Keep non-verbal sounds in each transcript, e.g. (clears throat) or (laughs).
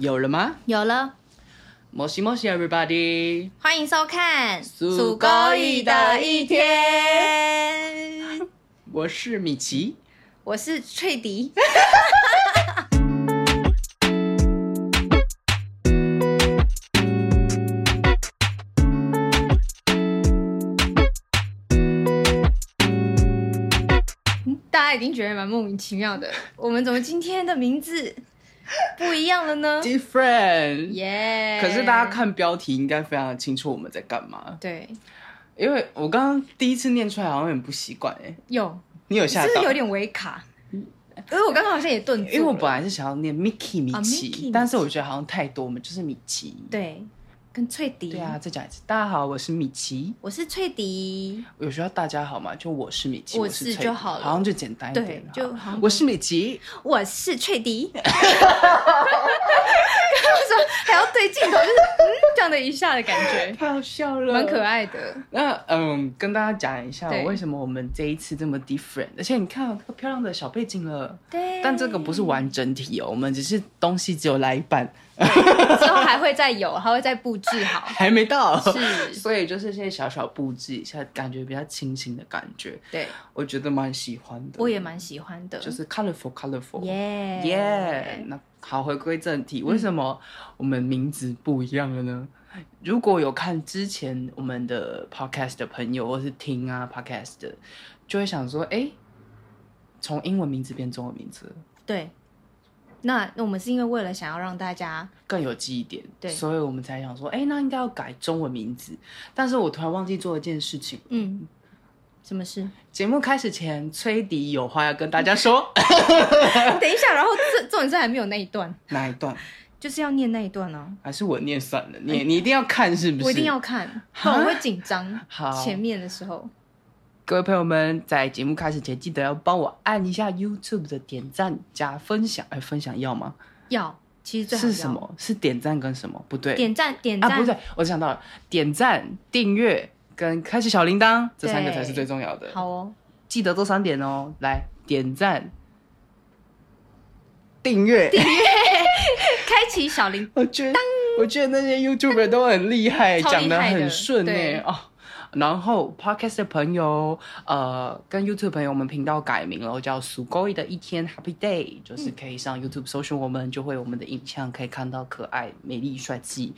有了吗？有了，摩西摩西，everybody！欢迎收看《属狗语语的一天》，我是米奇。我是翠迪。嗯大家已经觉得蛮莫名其妙的，我们怎么今天的名字不一样了 (laughs) 呢？ Different。耶！可是大家看标题应该非常清楚我们在干嘛，对，因为我刚刚第一次念出来好像很不习惯哎，有你有是吓不是到有？点微卡？因为我刚刚好像也顿住了，因为我本来是想要念 Mickey 米啊，Mickey，米奇奇，但是我觉得好像太多，我们就是米奇。对跟翠迪对啊，再讲一次，大家好，我是米奇。我是翠迪，有需要大家好吗？就我是米奇，我我是翠就迪好了好像就简单一点对啊。就好像我是米奇，我是翠 (laughs) 迪。刚刚说还要对镜头，就是嗯这样的一下的感 (laughs) 觉，太好笑了，蛮可爱的。那嗯，跟大家讲一下对为什么我们这一次这么 different，而且你看啊有这个漂亮的小背景了，对，但这个 (laughs) 不是完整体哦，我们只是东西只有来一半，之后还会再有，还会再布置 (laughs) 好。还没到，是，所以就是现在小小布置一下，感觉比较清新的感觉，对，我觉得蛮喜欢的，我也蛮喜欢的，就是 colorful colorful，耶耶那好，回归正题，为什么我们名字不一样了呢？如果有看之前我们的 podcast 的朋友，或是听啊 podcast 的，就会想说，哎、从英文名字变中文名字对。那那我们是因为为了想要让大家更有记忆点，对所以我们才想说，哎、那应该要改中文名字。但是我突然忘记做一件事情，嗯，什么事？节目开始前，崔迪有话要跟大家 (laughs) 说，等一下，然后这重点是还没有那一段，哪一段？就是要念那一段呢、还是我念算了，你你一定要看是不是？我一定要看，不然我会紧张。好前面的时候，各位朋友们，在节目开始前，记得要帮我按一下 YouTube 的点赞加分享。哎，分享要吗？要，其实最好是要什？么？是点赞跟什么？不对，点赞点啊，赞、不对，我想到了，点赞、订阅跟开启小铃铛，这三个对才是最重要的。好哦，记得这三点哦。来，点赞、订阅。开启小 (laughs) 铃，我觉得，我觉得那些 YouTuber 都很厉害，超厉害讲得的很顺哎、对哦。然后 Podcast 的朋友，呃，跟 YouTube 朋友，我们频道改名了，叫“属狗的一天 Happy Day”，就是可以上 YouTube 搜寻我们，就会有我们的影像，可以看到可爱、美丽、帅气、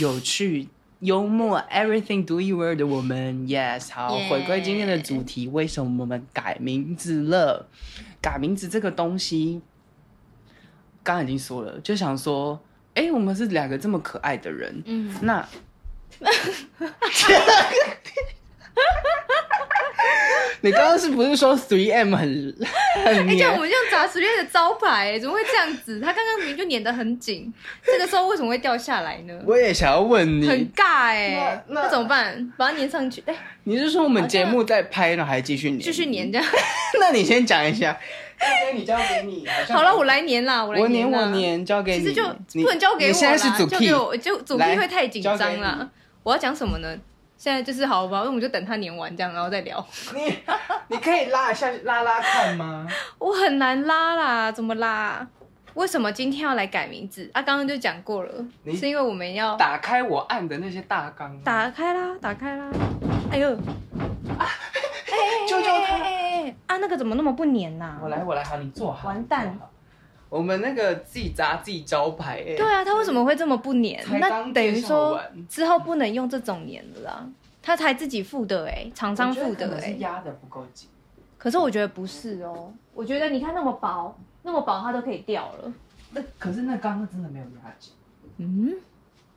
有趣、幽默，everything do you wear 的我们。Yes，好 Yeah 回归今天的主题，为什么我们改名字了？改名字这个东西，刚刚已经说了，就想说，哎、我们是两个这么可爱的人，嗯， (laughs) 那你刚刚是不是说 three M 很很哎、这样黏？我们这样砸死月的招牌、怎么会这样子？他刚刚明明就粘得很紧，这个时候为什么会掉下来呢？我也想要问很你，尬哎、那那那怎么办？把它粘上去，哎、你是说我们节目在拍呢，还继续黏？继续粘。这样。 (laughs) 那你先讲一下，交给你，交给你。好了，我，来粘啦，我来我粘黏啦我。黏，交给你。其实就你不能交给你我啦，现在是主交 key 给我就主 key 来会太紧张交给了。我要讲什么呢？现在就是好吧，那我们就等它粘完这样，然后再聊。 (laughs) 你 (laughs) 你可以拉一下拉拉看吗？我很难拉啦，怎么拉？为什么今天要来改名字？啊，刚刚就讲过了，你是因为我们要 (laughs) 打开我按的那些大纲，打开啦，打开啦！哎呦，啊 (laughs) 救救哎他！哎哎！啊，那个怎么那么不粘啊呐、我来，我来，好，你坐好。完蛋你坐好！我们那个自己砸自己招牌、欸，对啊，它为什么会这么不粘？才那刚等于介绍说完之后不能用这种粘的啦。它才自己付的哎、厂商付的我觉得可哎、能是压的不够紧。可是我觉得不是哦，我觉得你看那么薄，那么薄它都可以掉了。那可是那刚刚真的没有压紧。嗯，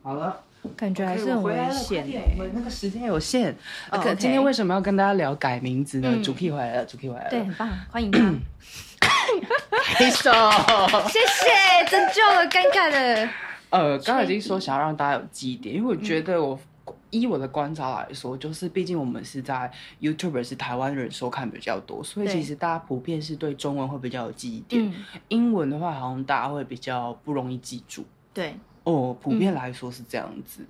好了，感觉还是很我回来危了险快哎、点我们那个时间有限。可哦 OK 今天为什么要跟大家聊改名字呢？嗯主 key 回来了，主 key 回来了。对，，很棒，欢 (coughs) 迎他。黑手。谢谢，拯救了尴尬的。呃，刚才已经说想要让大家有记忆点，因为我嗯觉得我、依我的观察来说，就是毕竟我们是在 YouTube 是台湾人收看比较多，所以对其实大家普遍是对中文会比较有记忆点。嗯，英文的话，好像大家会比较不容易记住对，哦。普嗯遍来说是这样子。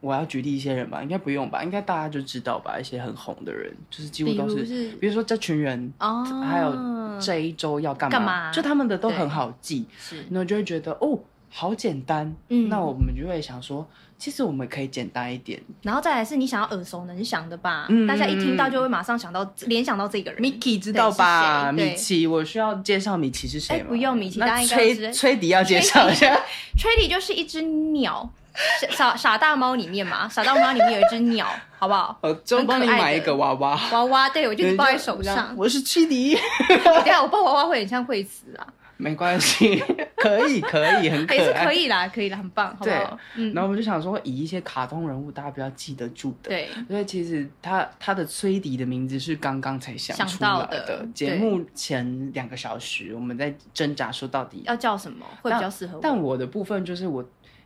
我要举例一些人吧，应该不用吧，应该大家就知道吧。一些很红的人，就是几乎比都如是，是比如说这群人，哦，还有这一周要干嘛，干嘛就他们的都对很好记，是那就会觉得哦，好简单，嗯那我们就会想说，其实我们可以简单一点。然后再来是你想要耳熟能详的吧，嗯大家一听到就会马上想到联想到这个人。 Miki 知道吧？对是谁米奇，我需要介绍米奇是谁哎吗？不用米奇那大家应该都知崔道崔迪要介绍一 (laughs) 下。 Trady 就是一只鸟， (laughs) 傻傻傻大猫里面嘛，傻大猫里面有一只鸟，好不好？我就帮你买一个娃娃，娃娃，对我就是抱在手人家上。我是崔迪，对啊，我抱娃娃会很像惠子啊，没关 (laughs) 系，可以可以， (laughs) 很可也是可爱。以啦，可以啦，很棒，好不对啊好？嗯然，后我们就想说，以一些卡通人物，大家比较记得住的。对，因为其实他他的崔迪的名字是刚刚才想想出到来的对节目前两个小时我们在挣扎说到底，要叫什么会比较适合我？但我的部分就是我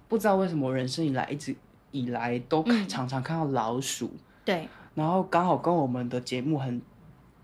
不知道为什么我人生以来一直以来都嗯常常看到老鼠，对，然后刚好跟我们的节目很因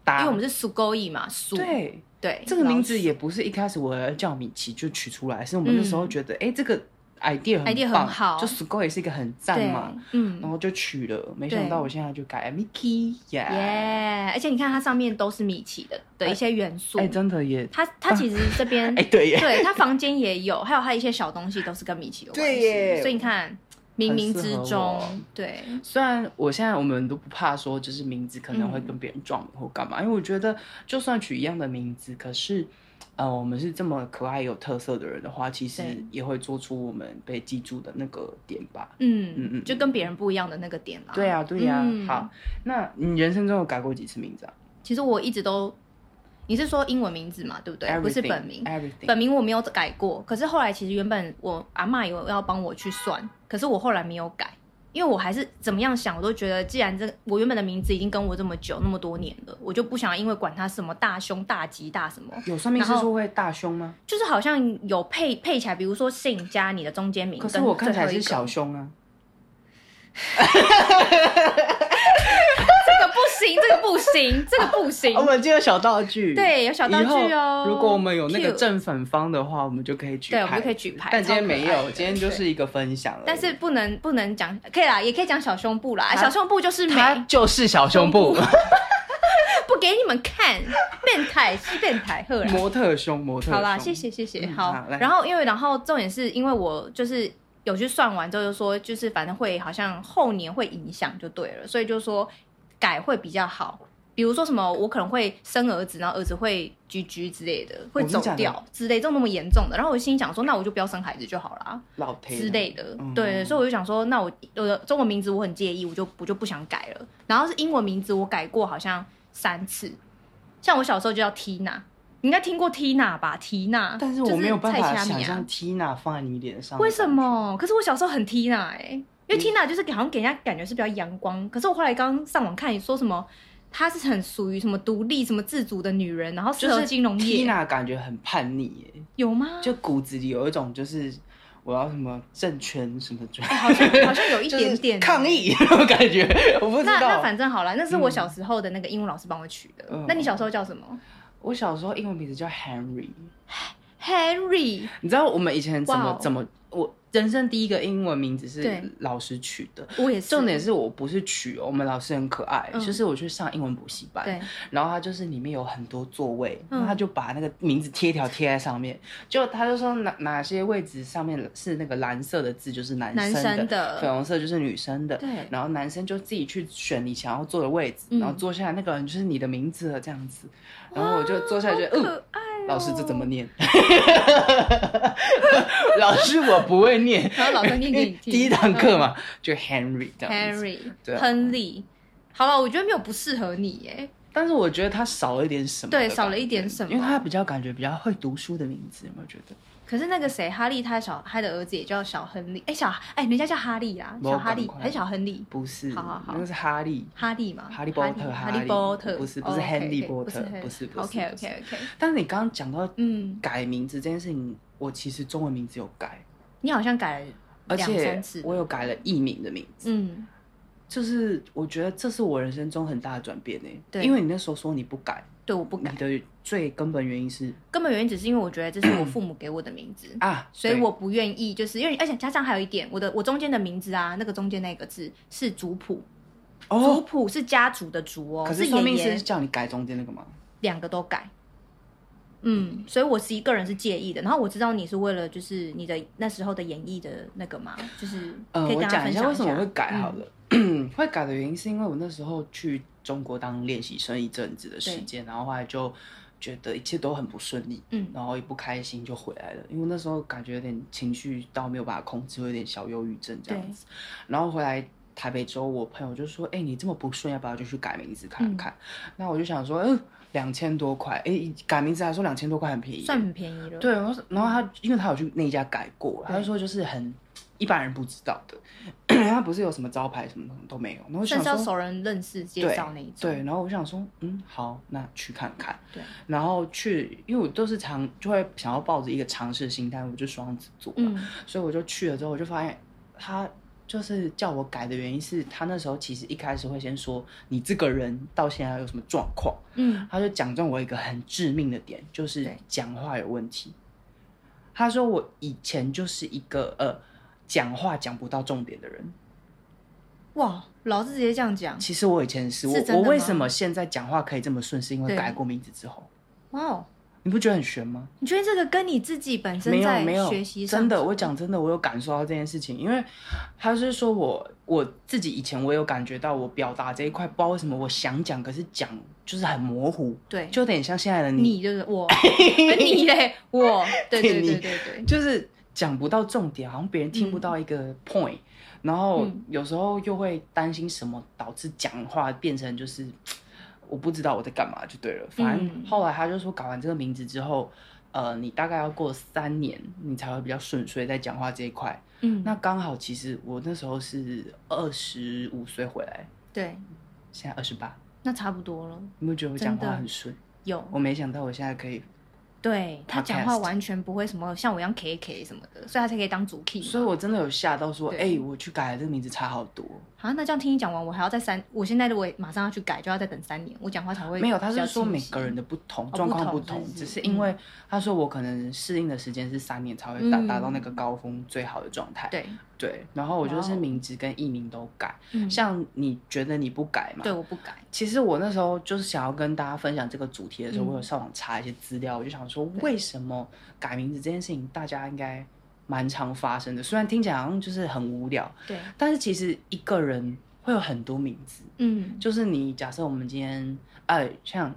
搭，为我们是苏勾意嘛，苏对对这个名字老鼠也不是一开始我要叫米奇就取出来，是我们那时候嗯觉得哎、诶这个 idea 很 idea 很棒好就 Score 也是一个很赞对嘛，，哦然嗯。后就取了，没想到我现在就改 Mickey 耶、耶而且你看它上面都是米奇的的一些元素，哎、真的耶！它它其实这边 (laughs) 哎、对耶，对他房间也有，还有他一些小东西都是跟米奇有关系，对耶所以你看，冥冥之很适合我中，对，嗯虽然我现在我们都不怕说，就是名字可能嗯会跟别人撞名或干嘛，因为我觉得就算取一样的名字，可是，呃，我们是这么可爱有特色的人的话，其实对也会做出我们被记住的那个点吧。嗯嗯嗯就跟别人不一样的那个点啦。对，啊，对啊。嗯好，那你人生中有改过几次名字啊？其实我一直都，你是说英文名字嘛，对不对 Everything，不是本名。 ，everything。本名我没有改过，可是后来其实原本我阿嬷有要帮我去算，可是我后来没有改，因为我还是怎么样想，我都觉得既然这个我原本的名字已经跟我这么久那么多年了，我就不想因为管它什么大凶大吉大什么，有算命师然后说会大胸吗？就是好像有配配起来，比如说姓加你的中间名，可是我看起来跟是最小后一个，胸啊。 (laughs) 这个不行，这个不行，这个不 (laughs) 哦我行。们今天有小道具。。对，有小道具哦。如果我们有那个 Cute 正反方的话，我们就可以举对，我们牌就可以举牌。但今天超可爱没有，的今天就。对是一个分享而已但是不能不能讲，可以啦，也可以讲小胸部啦。它小胸部就是美，它就是小胸部，不给你们看，变态是变态，赫然。模特胸，模特胸。好啦，谢。谢谢谢，嗯好好来。然后因为然后重点是因为我就是有去算完之后就说，就是反正会好像后年会影响就对了，所以就说改会比较好。比如说什么，我可能会生儿子，然后儿子会居居之类的，会哦真走的假的掉之类，这种那么严重的。然后我心里想说，那我就不要生孩子就好啦。老天之类的嗯，对，所以我就想说，那我我的中文名字我很介意，我就我就不想改了。然后是英文名字，我改过好像三次，像我小时候就叫 Tina，你应该听过 Tina 吧？Tina，但是就我没有办蔡法佳想敏啊象 Tina 放在你脸上。为什？么？可是我小时候很 Tina 哎、因为嗯 Tina 就是好像给人家感觉是比较阳光，可是我后来刚上网看，你说什么她是很属于什么独立、什么自主的女人，然后适就合是金融业， Tina 感觉很叛逆耶，有吗？就 (laughs) 骨子里有一种就是我要什么政权什么权，好像好像有一就是点点欸抗议那种感觉，我不知那那道。反正好了，那是我小时候的那个英文老师帮我取的。嗯那你小时候叫什么我小时候英文名字叫 Henry， ？Harry，你知道我们以前怎哇么哦怎么我人生第一个英文名字是对老师取的，我也是。重点是我不是取哦，我们老师很可爱，嗯就是我去上英文补习班，对，然后他就是里面有很多座位，嗯那他就把那个名字贴条贴在上面，就他就说哪哪些位置上面是那个蓝色的字就是男男生生的，粉的，红色就是女生的。对，然后男生就自己去选你想要坐的位置，嗯然后坐下来那个人就是你的名字了，这样子。然后我就坐下来觉得，嗯，可爱哦老师这怎么？念？ (laughs) 老师我不会念，然后老师 (laughs) 念给你嗯听。第一堂课嘛，就 Henry 这样子。 ，Harry，对啊亨利。好了，我觉得没有不适合你耶。但是我觉得他少了一点什么的感对觉，少了一点什么因为他比较感觉比较会读书的名字，有没有觉得？可是那个谁，哈利他小他的儿子也叫小亨利，哎小哎人家叫哈利啦，没有小哈利赶快还是小亨利，不是，好好好那个是哈利。哈利嘛，哈利波特哈哈利利波特不是不是 OK，OK，亨利波特不不是不是 OK 不是 OK OK，但是你刚刚讲到嗯，改名字这件事情，我其实中文名字有改，你好像改了而两且三次，我有改了艺名的名字，嗯，就是我觉得这是我人生中很大的转变诶。对因为你那时候说你不改，对，我不敢你。的最根本原因是，根本原因只是因为我觉得这是我父母给我的名字啊，所以对我不愿意，就是因为而且加上还有一点，我的我中间的名字啊，那个中间那个字是族谱，族哦，谱是家族的族哦，可是算爷命师爷是叫你改中间那个吗？两个都改，嗯，所以我是一个人是介意的。然后我知道你是为了就是你的那时候的演绎的那个嘛，就是呃，可以我跟大家讲分一享下为什么我会改嗯好了。 (clears throat) 会改的原因是因为我那时候去中国当练习生一阵子的时间，然后后来就觉得一切都很不顺利，嗯然后也不开心就回来了。因为那时候感觉有点情绪到没有办法控制，会有点小忧郁症这样子。然后回来台北之后，我朋友就说：“哎、你这么不顺，要不要就去改名字看看？”那我就想说：“嗯、两千多块，哎、改名字还说两千多块很便宜，算很便宜了。对，然后然后他因为他有去那一家改过，他就对说就是很一般人不知道的， (clears throat) 他不是有什么招牌什么都没有，然后我甚想至要说。熟人认识介对绍那一种。对，然后我想说，嗯，好，那去看看。对，然后去，因为我都是尝，就会想要抱着一个尝试的心态，我就双子座嘛，嗯，所以我就去了之后，我就发现他就是叫我改的原因是他那时候其实一开始会先说你这个人到现在有什么状况，嗯他就讲中我一个很致命的点，就是对讲话有问题。他说我以前就是一个呃，讲话讲不到重点的人。哇，老师直接这样讲，其实我以前是是我真的我吗为什么现在讲话可以这么顺，是因为对改过名字之后，哇哦！你不觉得很悬吗？你觉得这个跟你自己本身没有在没有学习，上真的，我讲真的，我有感受到这件事情，因为他是说我我自己以前我有感觉到我表达这一块，不知道为什么我想讲，可是讲就是很模糊，对，就有点像现在的你就是 (laughs) 我，你嘞，我，对对你对对对，就是讲不到重点，好像别人听不到一个 point，、然后嗯有时候又会担心什么导致讲话变成就是我不知道我在干嘛就对了。反正嗯后来他就说改完这个名字之后，呃，你大概要过三年，你才会比较顺遂在讲话这一块。嗯，那刚好其实我那时候是二十五岁回来，对，现在二十八，那差不多了。你不觉得我讲真话的很顺？有，我没想到我现在可以对他讲话哦 Podcast 完全不会什么像我一样 K K 什么的，所以他才可以当主 key 嘛。所以我真的有吓到说，哎、对我去改了这个名字差好多。啊，那这样听你讲完，我还要再三，我现在如果马上要去改，就要再等三年，我讲话才会没有，他比较是说清每晰个人的不同哦状况不不同同，是嗯不是只是因为他说我可能适应的时间是三年才会达达到那个高峰最好的状态。嗯对，对，然后我就哇是哦名字跟艺名都改，嗯像你觉得你不改嘛？对我不改，其实我那时候就是想要跟大家分享这个主题的时候，嗯我有上网查一些资料，我就想说，为什么改名字这件事情大家应该蛮常发生的？虽然听起来好像就是很无聊，对，但是其实一个人会有很多名字。嗯，就是你假设我们今天，呃，像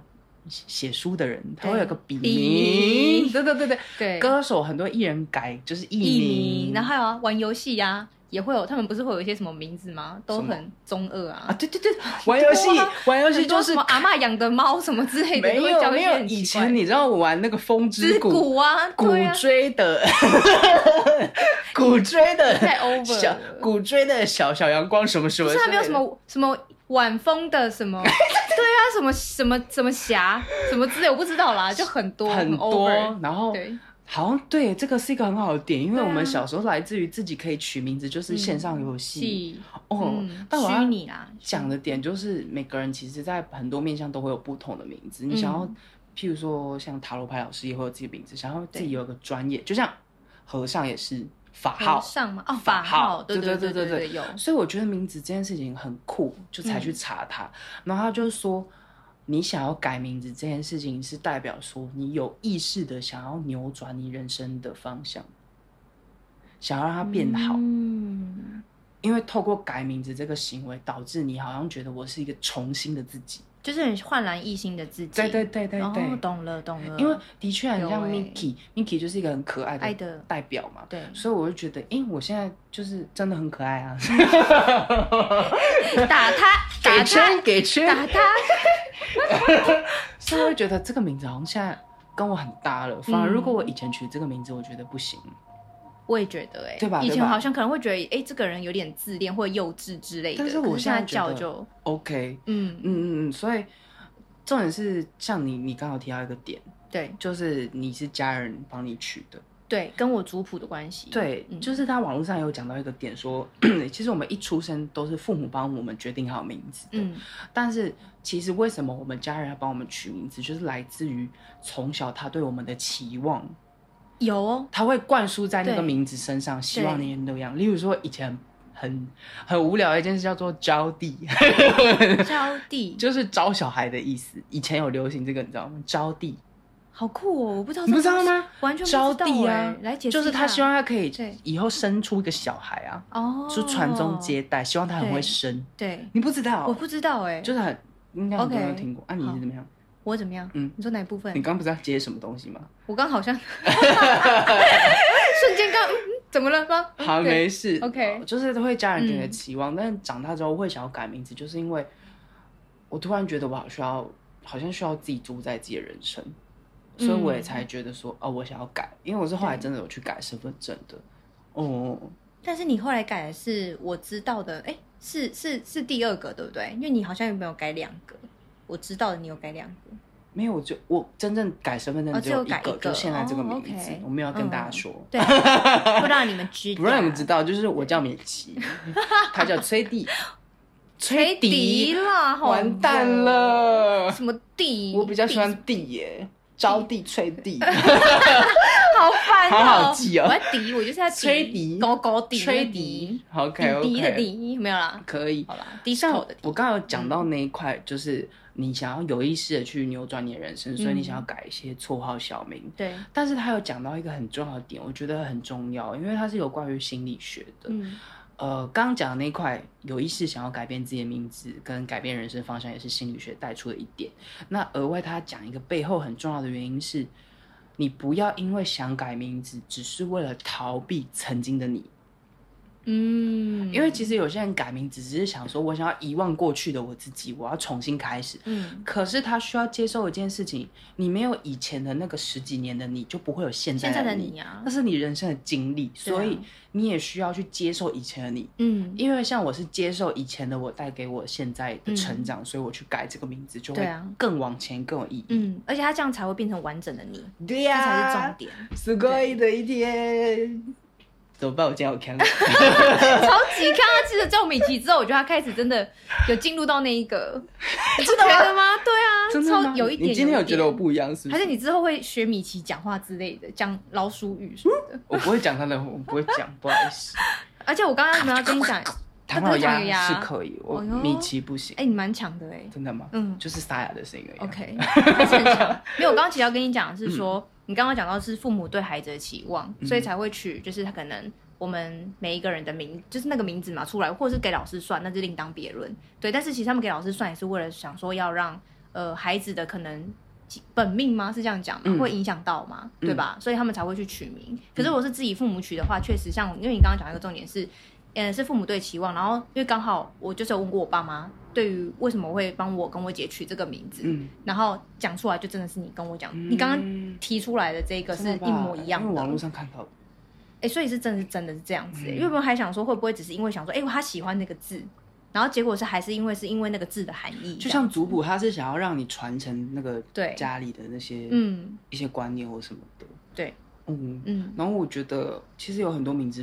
写写书的人，他会有个笔笔名，对对对对，对，歌手很多艺人改就是艺艺名，名，然后还有啊，玩游戏呀、也会有，他们不是会有一些什么名字吗？都什么很中二啊，啊，对 (laughs) 对对，玩游戏对啊玩游戏很多就什是么阿嬷养的猫什么之类的，没都会有叫一没些有，很以奇前怪。你知道我玩那个风之之谷骨啊，骨对啊，锥 (laughs) 的骨锥的太 (laughs) over 小了。骨锥的小小阳光什么什不么之是类的，还没有什么什么晚风的 (laughs) 什么，对啊，什么什么什么霞什么之类，我不知道啦，就很多很多 over，，然后对好像对，这个是一个很好的点，因为对啊嗯我们小时候来自于自己可以取名字，就是线上游戏、戏，哦。嗯但我要虚拟啦，讲的点就是，每个人其实，在很多面向都会有不同的名字。你想要，嗯譬如说像塔罗牌老师也会有自己的名字，想要自己对有一个专嗯业，就像和尚也是法号。好上嘛，哦，法法号号，对对对对对对，有，所以我觉得名字这件事情很酷，就才去查它。嗯然后他就说，你想要改名字这件事情，是代表说你有意识的想要扭转你人生的方向，想要让它变好。嗯，因为透过改名字这个行为，导致你好像觉得我是一个重新的自己。就是很焕然一新的自己，对对对对哦，对，懂了懂了，因为的确很有像欸 Miki，Miki、就是一个很可爱爱的的，代表嘛。，对所以我就觉得，哎、我现在就是真的很可爱啊！打他，打 (laughs) 给他圈，给圈，打他，所以我会觉得这个名字好像现在跟我很搭了。反而嗯如果我以前取这个名字，我觉得不行。我也觉得哎，对吧以对前吧好像可能会觉得，哎，这个人有点自恋或者幼稚之类的，但是可我现在现在觉叫得就， OK，嗯嗯，嗯嗯嗯，所以重点是像你，你刚好提到一个点，对就是你是家人帮你取的，对，跟我族谱的关系，对，嗯就是他网络上有讲到一个点说， (clears throat) 其实我们一出生都是父母帮我们决定好名字的，嗯，但是其实为什么我们家人要帮我们取名字，就是来自于从小他对我们的期望，有哦， (laughs) 他会灌输在那个对名字身上，希望你那样。例如说，以前很很无聊的一件事叫做招娣， (laughs) 招娣，就是招小孩的意思。以前有流行这个，你知道吗？招娣，好酷哦！我不知道你这不个知东西，道吗？完全不招知娣道啊哎，来解释一下，就是他希望他可以对以后生出一个小孩啊，哦，就传宗接代，希望他很会对生。对，你不知道我，不知道哎，就是很应该很多人 OK，都听过。啊，你好是怎么样？我怎么样？嗯你说哪一部分你？刚刚不是要接什么东西吗？我刚好 (laughs) 像瞬间刚嗯怎么了吗？嗯好，对没事。 OK 呃就是会家人给你的嗯期望，但是长大之后会想要改名字，就是因为我突然觉得我好需要，好像需要自己主宰自己的人生，所以我也嗯才觉得说，哦，我想要改，因为我是后来对真的有去改身份证的。哦，但是你后来改的是我知道的，哎、是是是第二个对不对？因为你好像有没有改两个？我知道的你有改两个，没有，我就我真正改身份哦证只只有有一改个，一就个现在这个哦名字，OK，我没有要跟大家嗯说。对，不让你们知道，不让你们知道，就是我叫美琪， (laughs) 他叫崔迪，吹迪笛，啦，好完蛋哟了什么地？我比较喜地欢地耶，招娣崔 (laughs) 迪，好烦、哦，好好记哦我要迪，我就是要吹笛高高迪，崔迪迪，，OK 迪迪的 OK，迪，没有啦，可以。好啦，以迪上口的迪我，刚刚有讲到那一块，就是你想要有意识的去扭转你的人生，所以你嗯想要改一些绰号、小名。对，但是他有讲到一个很重要的点，我觉得很重要，因为它是有关于心理学的。嗯呃，刚刚讲的那一块，有意识想要改变自己的名字跟改变人生方向，也是心理学带出的一点。那额外他讲一个背后很重要的原因是，你不要因为想改名字，只是为了逃避曾经的你。嗯，因为其实有些人改名字只是想说，我想要遗忘过去的我自己，我要重新开始。嗯，可是他需要接受一件事情，你没有以前的那个十几年的你，就不会有现现在在的的你你。啊那，是你人生的经历，对啊所以你也需要去接受以前的你。嗯，因为像我是接受以前的我带给我现在的成长，所以我去改这个名字就对会啊更往前更有意义。嗯，而且他这样才会变成完整的你，对啊这才是重点。是过一的一天。怎么办？我今天好看。 (laughs) 超级看他其实叫米奇之后，我觉得他开始真的有进入到那一 (laughs) 个，你不觉得吗？对啊，真的吗超？有一点。你今天有一点觉得我不一样是不还是？是你之后会学米奇讲话之类的，讲老鼠语什么的？我不会讲他的，我不会讲，不好意思。而且我刚刚有没有要跟你讲？唐 (laughs) 他老不是唐老鸭鸭是可以，我哦哟米奇不行。哎，你蛮强的哎、真的吗？嗯就是沙哑的声音而已啊。 ，OK，还是很强。没有，我刚刚其实要跟你讲的是说，你刚刚讲到是父母对孩子的期望，所以才会取，就是他可能。我们每一个人的名，就是那个名字嘛，出来，或者是给老师算，那就另当别论。对，但是其实他们给老师算也是为了想说要让呃孩子的可能本命吗？是这样讲吗？嗯会影响到吗？嗯对吧？所以他们才会去取名。可是我是自己父母取的话，确实像，因为你刚刚讲一个重点是，嗯，是父母对期望，然后因为刚好我就是有问过我爸妈，对于为什么会帮我跟我姐取这个名字，嗯，然后讲出来就真的是你跟我讲，嗯你刚刚提出来的这个是真的吧一模一样因为网络的，上看到的，哎、所以是真的是真的是这样子、嗯因为我们还想说会不会只是因为想说，哎、他喜欢那个字，然后结果是还是因为是因为那个字的含义，就像族谱，他是想要让你传承那个对家里的那些嗯一些观念或什么的。对，嗯，嗯然后我觉得其实有很多名字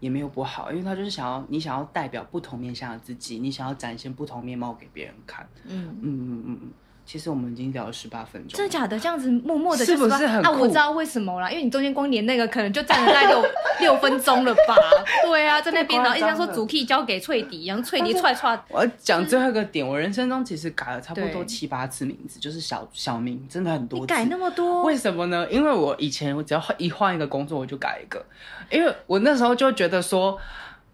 也没有不好，因为他就是想要你想要代表不同面向的自己，你想要展现不同面貌给别人看。嗯，嗯嗯嗯嗯，其实我们已经聊了十八分钟真了，的假的？这样子默默的是不是很啊？酷我知道为什么啦，因为你中间光连那个可能就站了大概六六分钟了 (laughs) 吧？对啊，在那边太夸张然后一直说了主 key 交给翠迪，然后翠迪踹踹，我要讲最后一个点，我人生中其实改了差不多对七八次名字，就是小小名，真的很多你次。改那么多，为什么呢？因为我以前我只要换一换一个工作我就改一个，因为我那时候就觉得说，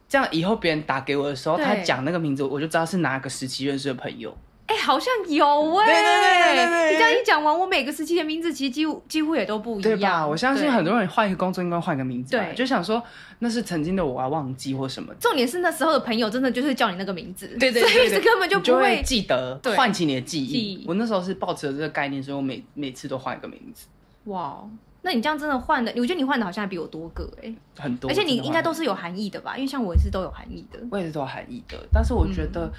这样以后别人打给我的时候，对他讲那个名字，我就知道是哪个时期认识的朋友。哎、好像有哎、对对对对对对你这样一讲完，我每个时期的名字其实几乎几乎也都不一样，对吧？我相信对很。多人换一个工作应该换个名字吧，对就想说那是曾经的我啊，忘记或什么的，重点是那时候的朋友真的就是叫你那个名字，对对对所对以是根本就就不会会。记得，对唤起你的记记忆忆。我那时候是抱持着这个概念，所以我每每次都换一个名字，哇，那你这样真的换的，我觉得你换的好像还比我多个哎、很多。而且真你的换应该很多都是有含义的吧？因为像我也是都有含义的。我也是都有含义的，但是我觉得嗯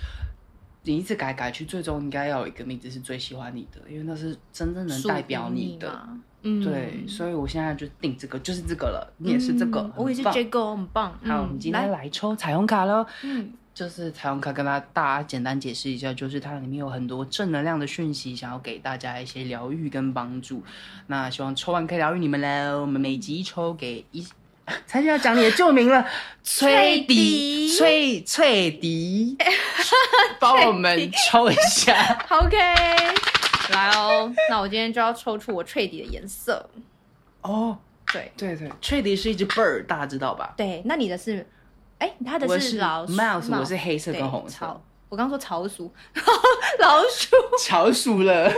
你一直改改去，最终应该要有一个名字是最喜欢你的，因为那是真正能代表你的。嘛，嗯，对，所以我现在就定这个，就是这个了。你也是这个，嗯我也是很棒 J 哥，很棒。好，我嗯们今来天来抽彩虹卡喽。嗯，就是彩虹卡，跟大大家简单解释一下，就是它里面有很多正能量的讯息，想要给大家一些疗愈跟帮助。那希望抽完可以疗愈你们喽。我们每集抽给一， (laughs) 才要讲你的旧名了，翠崔迪，迪崔翠迪，帮我们抽一下。好 OK，来哦，那我今天就要抽出我翠底的颜色。 (laughs) 哦，对对对，翠迪是一只 bird，大家知道吧？对，那你的是，哎、它我的是老鼠 mouse，嘛我是黑色对跟红色草，我刚说草鼠， (laughs) 老鼠，巧鼠了，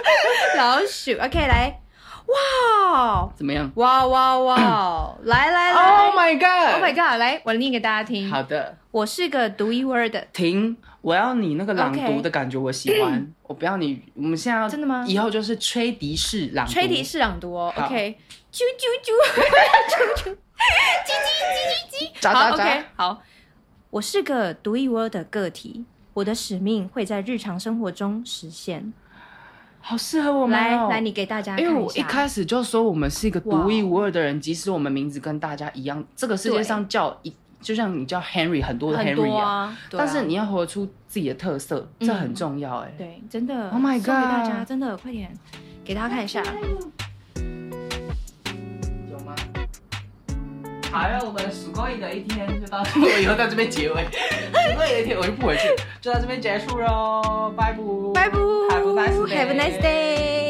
老鼠。OK，来，哇， (laughs) 哦怎么样哇哇哇，来来来 (coughs) ？Oh my Oh my god！ god！来，我念给大家听。好的，我是个独一无二的，停，我要你那个朗 OK 读的感觉，我喜 (coughs) 欢，我不要你，我们现在要真的吗以后就是吹笛式朗读，吹笛式朗读哦。好 OK，啾啾啾，喳好喳 OK，喳，好。我是个独一无二的个体，我的使命会在日常生活中实现。好适合我们来哦来，你给大家看因为我下一开始就说我们是一个哇独一无二的人，即使我们名字跟大家一样，这个世界上叫一，就像你叫 Henry 很多的很 Henry 多啊，啊，对啊但是你要活出自己的特色，嗯这很重要哎。对真的 Oh my 送给大家 god 真的快点给大家看一下。有吗？好了，我们数过瘾的一天就到这，我以后在这边结 (laughs) 尾。数过瘾的一天我就不回去，就到这边结束喽，拜拜，拜拜 Have a nice ，Have a nice day。